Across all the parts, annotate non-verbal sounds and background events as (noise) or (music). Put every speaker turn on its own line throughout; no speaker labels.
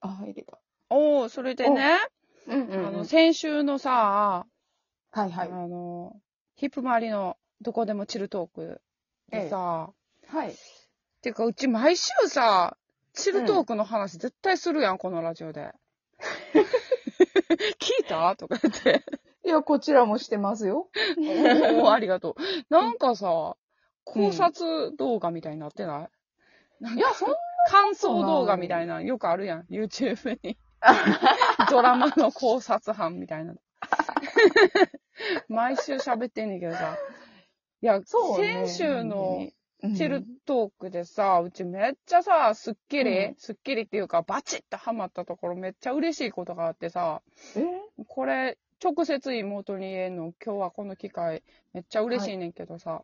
あ、入れた。
おー、それでね、
うんう
あ
ん、う
の、
ん。
先週のさ、
はいはい。
あの、ヒップ周りのどこでもチルトークでさ、
はい。
ていうか、うち毎週さ、チルトークの話絶対するやん、このラジオ (laughs) で。聞いたとか言って。
いや、こちらもしてますよ。
(laughs) おーありがとう。なんかさ、考察動画みたいになってない、
いや、そん
感想動画みたいなのよくあるやん、YouTube
(laughs)
に。ドラマの考察班みたいな。毎週喋ってんねんけどさ。いや、
そうね
先週の
な
チルトークでさ、うちめっちゃさ、スッキリ、
う
スッキリっていうか、バチッとハマったところめっちゃ嬉しいことがあってさ、
え
これ、直接妹に言えんの、今日はこの機会、めっちゃ嬉しいねんけどさ、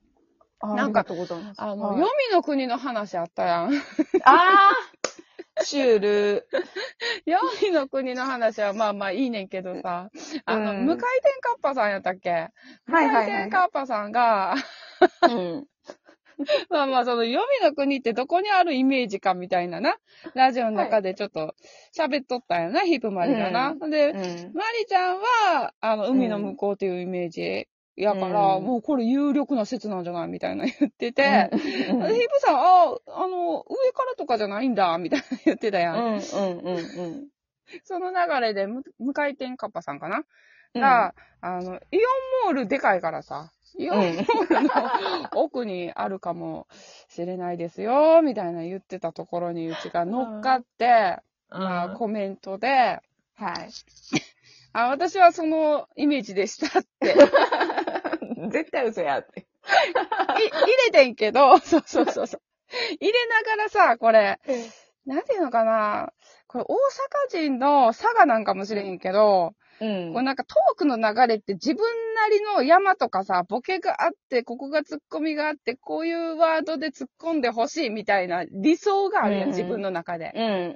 あ
なんか
ありがとうございます。
あの、
はい
黄泉の国の話あったやん。
(laughs) あーシュール。
ヨミの国の話はまあまあいいねんけどさ、あの、
うん
無回転カッパさんやったっけ無
はいは
回
いは
転
い。
カッパさんが、
うん。
まあまあその、ヨミの国ってどこにあるイメージかみたいなな、ラジオの中でちょっと喋っとったんやな、ヒップマリがな。で、
うん
マリちゃんは、あの、海の向こうっていうイメージやから、
うん
もうこれ有力な説なんじゃないみたいな言ってて、
うん
ヒップさん、あ、あの、上からとかじゃないんだ、みたいな言ってたやん。
うんうんうん
その流れで、む無回転カッパさんかな
うん。
が、あの、イオンモールでかいからさ、イオン
う
モ
ん
ールの奥にあるかもしれないですよ、みたいな言ってたところにうちが乗っかって、まあ
うん
コメントで、
はい。
あ、私はそのイメージでしたって、 (laughs) い
絶対嘘やって。
入れてんけど、 (laughs) そうそうそうそう。入れながらさ、これ、なんていうのかな、これ大阪人の佐賀なんかもしれへんけど、
うん
こうなんかトークの流れって自分なりの山とかさ、ボケがあって、ここがツッコミがあって、こういうワードで突っ込んでほしいみたいな理想があるや、
うんん
自分の中で。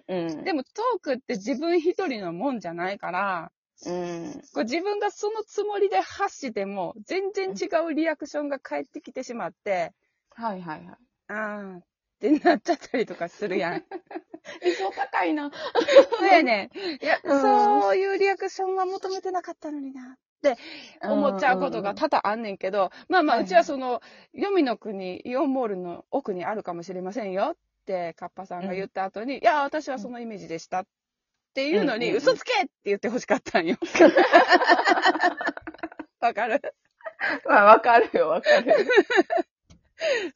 うんうん。
でもトークって自分一人のもんじゃないから、
うん。
こう自分がそのつもりで発しても、全然違うリアクションが返ってきてしまって、
はいはいはい。
あーってなっちゃったりとかするやん。
理想高いな。
そうやねん。いや、
うん
そういうリアクションは求めてなかったのにな。思っちゃうことが多々あんねんけど、まあまあ、
はいう
ちはその、黄泉の国、イオンモールの奥にあるかもしれませんよって、カッパさんが言った後に、いや、私はそのイメージでしたっていうのに、
うんうんうん
嘘つけって言ってほしかったんよ。わかる
まあ、わかる (laughs) よ、わかる。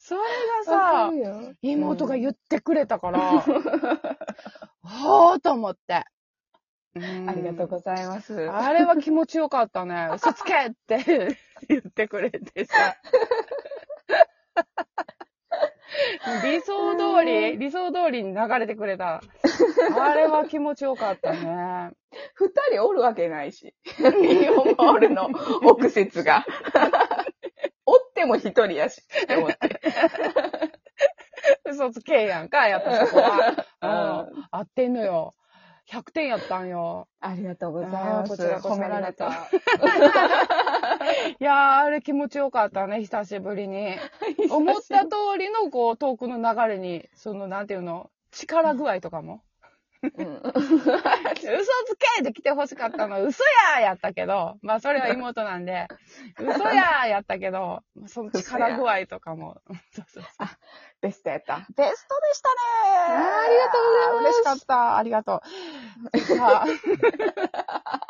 それがさ、
さ、
妹が
う
言ってくれた (laughs) から、ほーと思って。
んありがとうございます。
あれは気持ちよかった (laughs) ね。嘘つけって (laughs) 言ってくれて (laughs) さ。理想通り、理想通りに流れてくれた。あれは気持ちよかったね。 (laughs)
二人おるわけないし。イオンモールの奥説が。おっても一人やし。って思って
嘘つけやんか、やっぱそこは。
う
(laughs) うんん。合ってんのよ。100点やったんよ。
ありがとうご
あーこちらこそ
褒められ
あ
た。
いやー、あれ気持ちよかったね、 (laughs) 久しぶりに。思った通りの、こう、トークの流れに、その、なんていうの、力具合とかも。嘘つけって来て欲しかったの、嘘やーやったけど、まあそれは妹なんで、嘘やーやったけど、まあその力具合とかも、そうそうそう
ベストやった。
ベストでしたね
あーありがとうございます
嬉しかった。ありがとう。さあ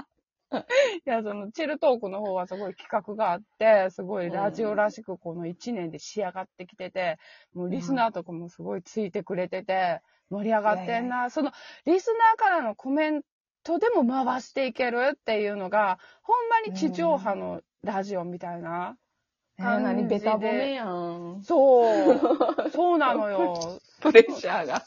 (laughs) いや、その、チルトークの方はすごい企画があって、すごいラジオらしくこの1年で仕上がってきてて、もうリスナーとかもすごいついてくれてて、盛り上がってんな。その、リスナーからのコメントでも回していけるっていうのが、ほんまに地上波のラジオみたいな。
えー何ベタ褒めやん。
(laughs) そう。そうなのよ。
プレッシャーが。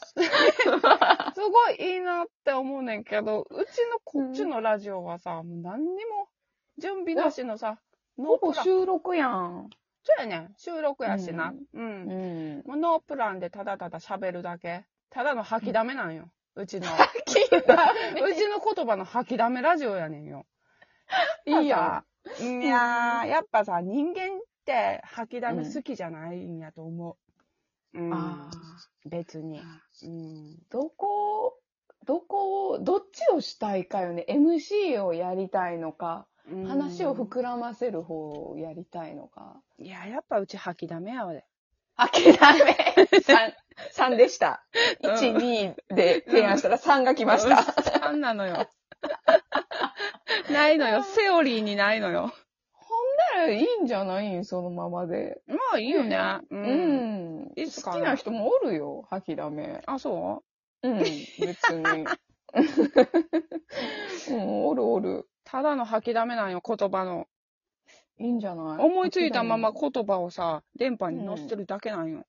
すごいいいなって思うねんけど、うちのこっちのラジオはさ、もう何にも準備なしのさ、
ほ
ノープ
ぼ
ラン。そう
収録やん。
やねん。収録やしな。うん。
ん。
もうノープランでただただ喋るだけ。ただの吐きだめなんよ。うちの。
聞いた。
うちの言葉の吐きだめラジオやねんよ。い
い
い
い
や
や。
いやー、やっぱさ、人間って吐きだめ好きじゃないんやと思う。うん。
あー
別に。うん。
どこを、どこをど、どっちをしたいかよね。MC をやりたいのか、話を膨らませる方をやりたいのか。
いや、やっぱうち吐きだめやで。
あ、けだめ (laughs) 3, 3でした。
うん
1、2で提案したら3が来まし
う
た。
んそうなのよ。ないのよ。セオリーにないのよ。
いいんじゃないそのままで。
まあいいよね。う。
うんん。
いいっすか
好
ね
きな人もおるよ、吐きだめ。
あ、そ
うん、別 (laughs) に。うん、おるおる
う。ただの吐きだめなんよ、言葉の。
いいんじゃない
思いついたまま。言葉をさ、電波に乗せてるだけなんよ。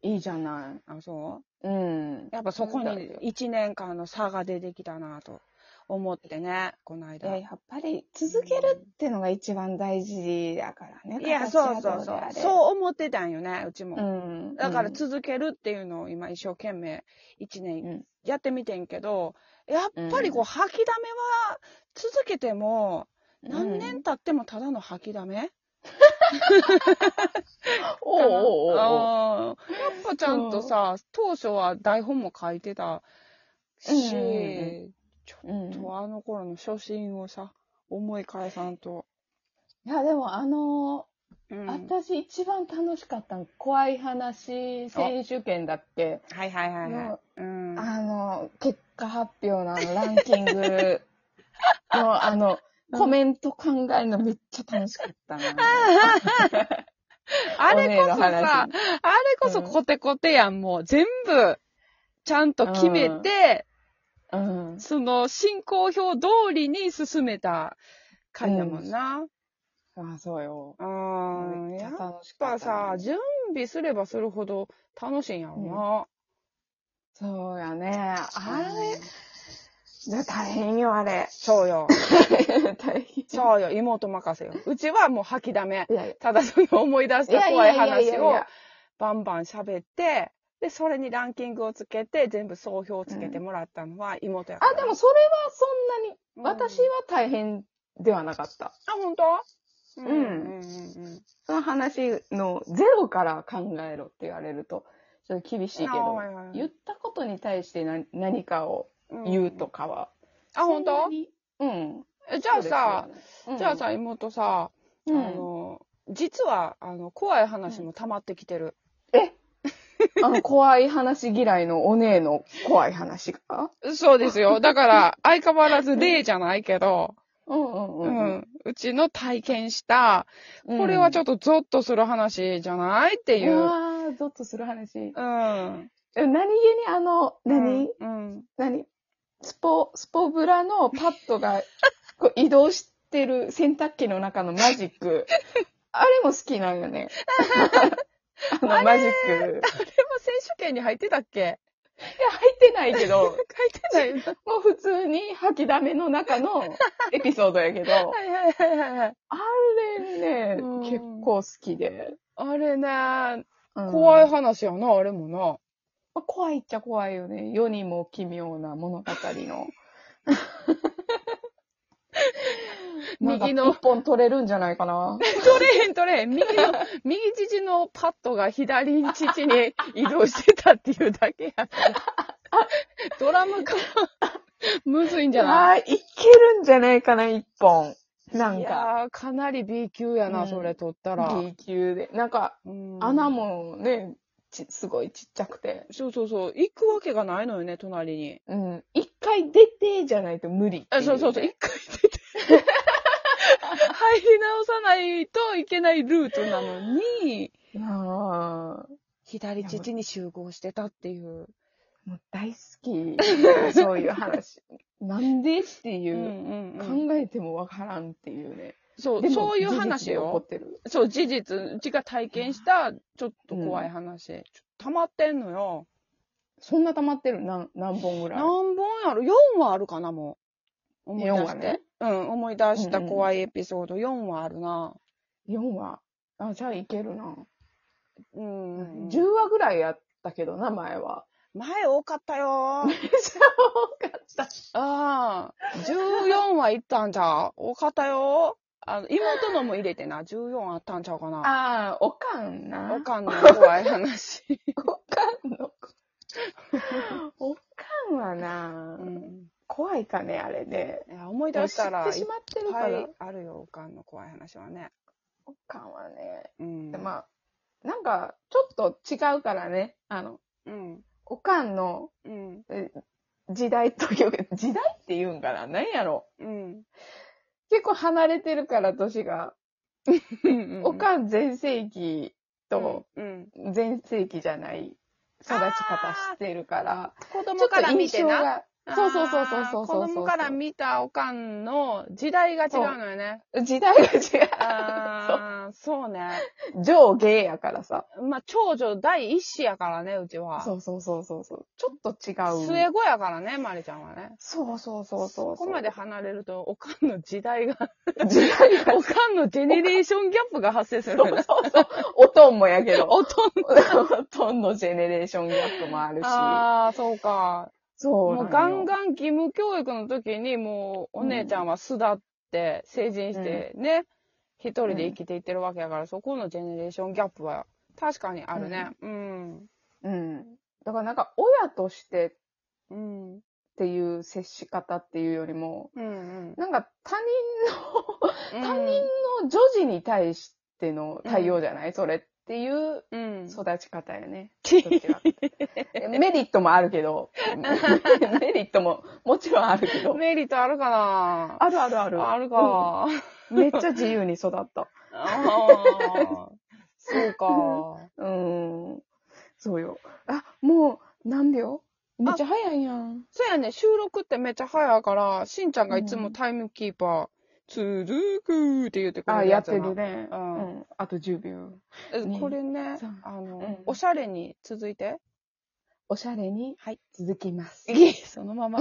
いいじゃな
あ、そう
い。うん。
やっぱそこ
そうだ
に
よ
1年間の差が出てきたなと思ってね、この
いや、
間。
やっぱり続けるってのが一番大事だからね。
いや、
形
そう
が
そ
ど
う
で
そう
あ。れ
そう思ってたんよね、うちも。
うん。
だから続けるっていうのを今一生懸命一
うん
年やってみてんけど、やっぱりこう吐きだめは続けても
うん
何年経ってもただの吐きだめ、
おうおうおうおう
あーやっぱちゃんとさ、当初は台本も書いてたし、
うんうんうん。
とあの頃の初心をさ、思い返さんと。
いや、でもあの
うん
ー、私一番楽しかったの、怖い話選手権だっけ
はいはいはいは
の
い。うん、
あの、結果発表のあのランキン
(laughs)
グのあの、コメント考えるのめっちゃ楽しかったな。
(laughs) あれこそ
お姉の
さ
話、
あれこそコテコテやん、もう全部、ちゃんと決めて、
うん。
その進行表通りに進めた回やもんな。
あ、そうよ。
うん、
めっち
や
ゃ
っ
楽しか
ぱ
ったな。
さ、準備すればするほど楽しいんやろ
そうやね。
な。
あ
うん。
れ、じゃ大変よ、あれ
(laughs) そうよ。
大変。
そうよ、妹任せよ。うちはもう吐きだめ。
いやいや。
ただその思い出した怖い話をバンバン喋って、で、それにランキングをつけて、全部総評をつけてもらったのは妹やから。
あ、でもそれはそんなに、
うん、
私は大変ではなかった。
あ、本当うんうんうん。
その話のゼロから考えろって言われると、ちょっと厳しいけど、言ったことに対して何何かを言うと。かは。
あ、
そ
本当
んなにうん。
えじゃあさ、
そうですよね、
じゃあさ、妹さ、
うん、
あの、実は、あの、怖い話も溜まってきてる。
あの、怖い話嫌いのお姉の怖い話が。
そうです (laughs) よ。だから、相変わらず例じゃないけど、
うんうん
う
うん。
ん。うちの体験した、
うん
これはちょっとゾッとする話じゃないっていうう。
わー、ゾッとする話。
うん。
え何気にあの、何、
うん。
何スポ、スポブラのパッド
(laughs)
がこう移動してる洗濯機の中のマジッ
(laughs)
ク。あれも好きなんよね。 (laughs) あのマジック。
でも選手権に入ってたっけ
いや、入ってないけど、
書いてない。
もう普通に吐きだめの中のエピソードやけど、
(laughs) はいはいはいはいはい。
あれね
うん、
結構好きで。
あれね、
うん
怖い話やな、あれもな。
まあ怖いっちゃ怖いよね。世にも奇妙な物語
(laughs)
の。
右
右
の
の。一本取れるんじゃないかな。
取れへん取れへん。右 (laughs) の、右父のパッドが左父に移動してたっていうだけ (laughs) やから。ドラムか。むずいんじゃない
あー、いけるんじゃないかな、一本。なん
い
か、
やー、かなり B 級やな、
うん
それ取ったら。
B 級で。なんか、
うん
穴。もね、ちすごいちっちゃくて。
そうそうそう。行くわけがないのよね、隣に。
うん。一回出てじゃないと無理ってい
あそうそうそう、 (laughs) 一回出て。入り直さないといけないルートなのに、
いやーも
左父に集合してたっていう。
う大好
(laughs)
き。そういう話。なんでっていうう、
んうんうん
考えてもわからんっていうね。
そう、
でも
そういう
事実
話
で起こ
よ
っ。てる。
そう、事実、うちが体験した、ちょっと怖い話。ちょっと溜まってんのよ。
そんな溜まってる何何本ぐらい
何本やろ ?4 はあるかな、もう。思い出
4
し
話
て。
ね
うん、思い出した怖いエピソード4はあるな。
?4 話。あ、じゃあいけるな。
うんうんうん。
10話ぐらいやったけどな、前は。
前多かった (laughs) よ。
めっちゃ多かった。
ああ、14は行ったんちゃう多かったよ。あの、妹のも入れてな、14あったんちゃうかな。
ああ、おかんな。
おかんの怖い (laughs) 話。 (laughs)
おかんの。おかんはな、
うん
怖いかね、あれね。
いや思
も
い出
う
し
知った
ら、い
てし
っ
まってるか
ぱ
ら
い。あるよ、おかんの怖い話はね。
おかんはね。
うん。
でまあ、なんか、ちょっと違うからね。あの、
うん。
おかんの
うん。
え時代というか、 (laughs) 時代って言うんかな何やろ。
うん。
結構離れてるから、年が。お
ん
かん全盛期と、
うん。
全盛期じゃない育ち方してるから、
子
ちょ
供
っと
から見
印
て
象
な。
が、そうそうそうそうそうそうそう
あー子供から見たおかんの時代が違うのよね。
時代が違
ああ、そうね。
う。上下やからさ。
まあ、長女第一子やからね、うちは。
そうそうそうそうそう。ちょっと違う。
末子やからね、まりちゃんはね。
そうそうそうそうそう。
ここまで離れると、おかんの時代が、
時代が。
おかんのジェネレーションギャップが発生する
そ
の
う
よ
そう
ね。
そう。おとんもやけど。
おとん。
おとんのジェネレーションギャップもあるし。
ああ、そうか。
そう
もうガンガン義務教育の時に、もうお姉ちゃんは巣立って、成人してね、一、人で生きていってるわけやから、そこのジェネレーションギャップは確かにあるね。うん。
ン。うん。だからなんか、親としてっ
うん。
ていう接し方っていうよりも、
うん。うん。
なんか他人の、他
他
人の女児に対しての対応じゃない、それっていう
うん。
育ち方や (laughs) ね。どっちがメリットもあるけ (laughs) ど、メリットももちろんあるけど。
メリットあるかな
あるあるある。
あるか。
うん。めっちゃ自由に育った。
あーそうか。
うーん。そうよ。あ、もう何秒めっちゃ早いやん。
そうやね、収録ってめっちゃ早いから、しんちゃんがいつもタイムキーパー、続くって言ってくれ
あ、
る
や
や
っ
つ
て
やな
るね。
う
うんん。あと10秒。
え
ね
これね
そう、
あの、
うん
おしゃれに続いて。
おしゃれに
はい
続きます。
そのまま。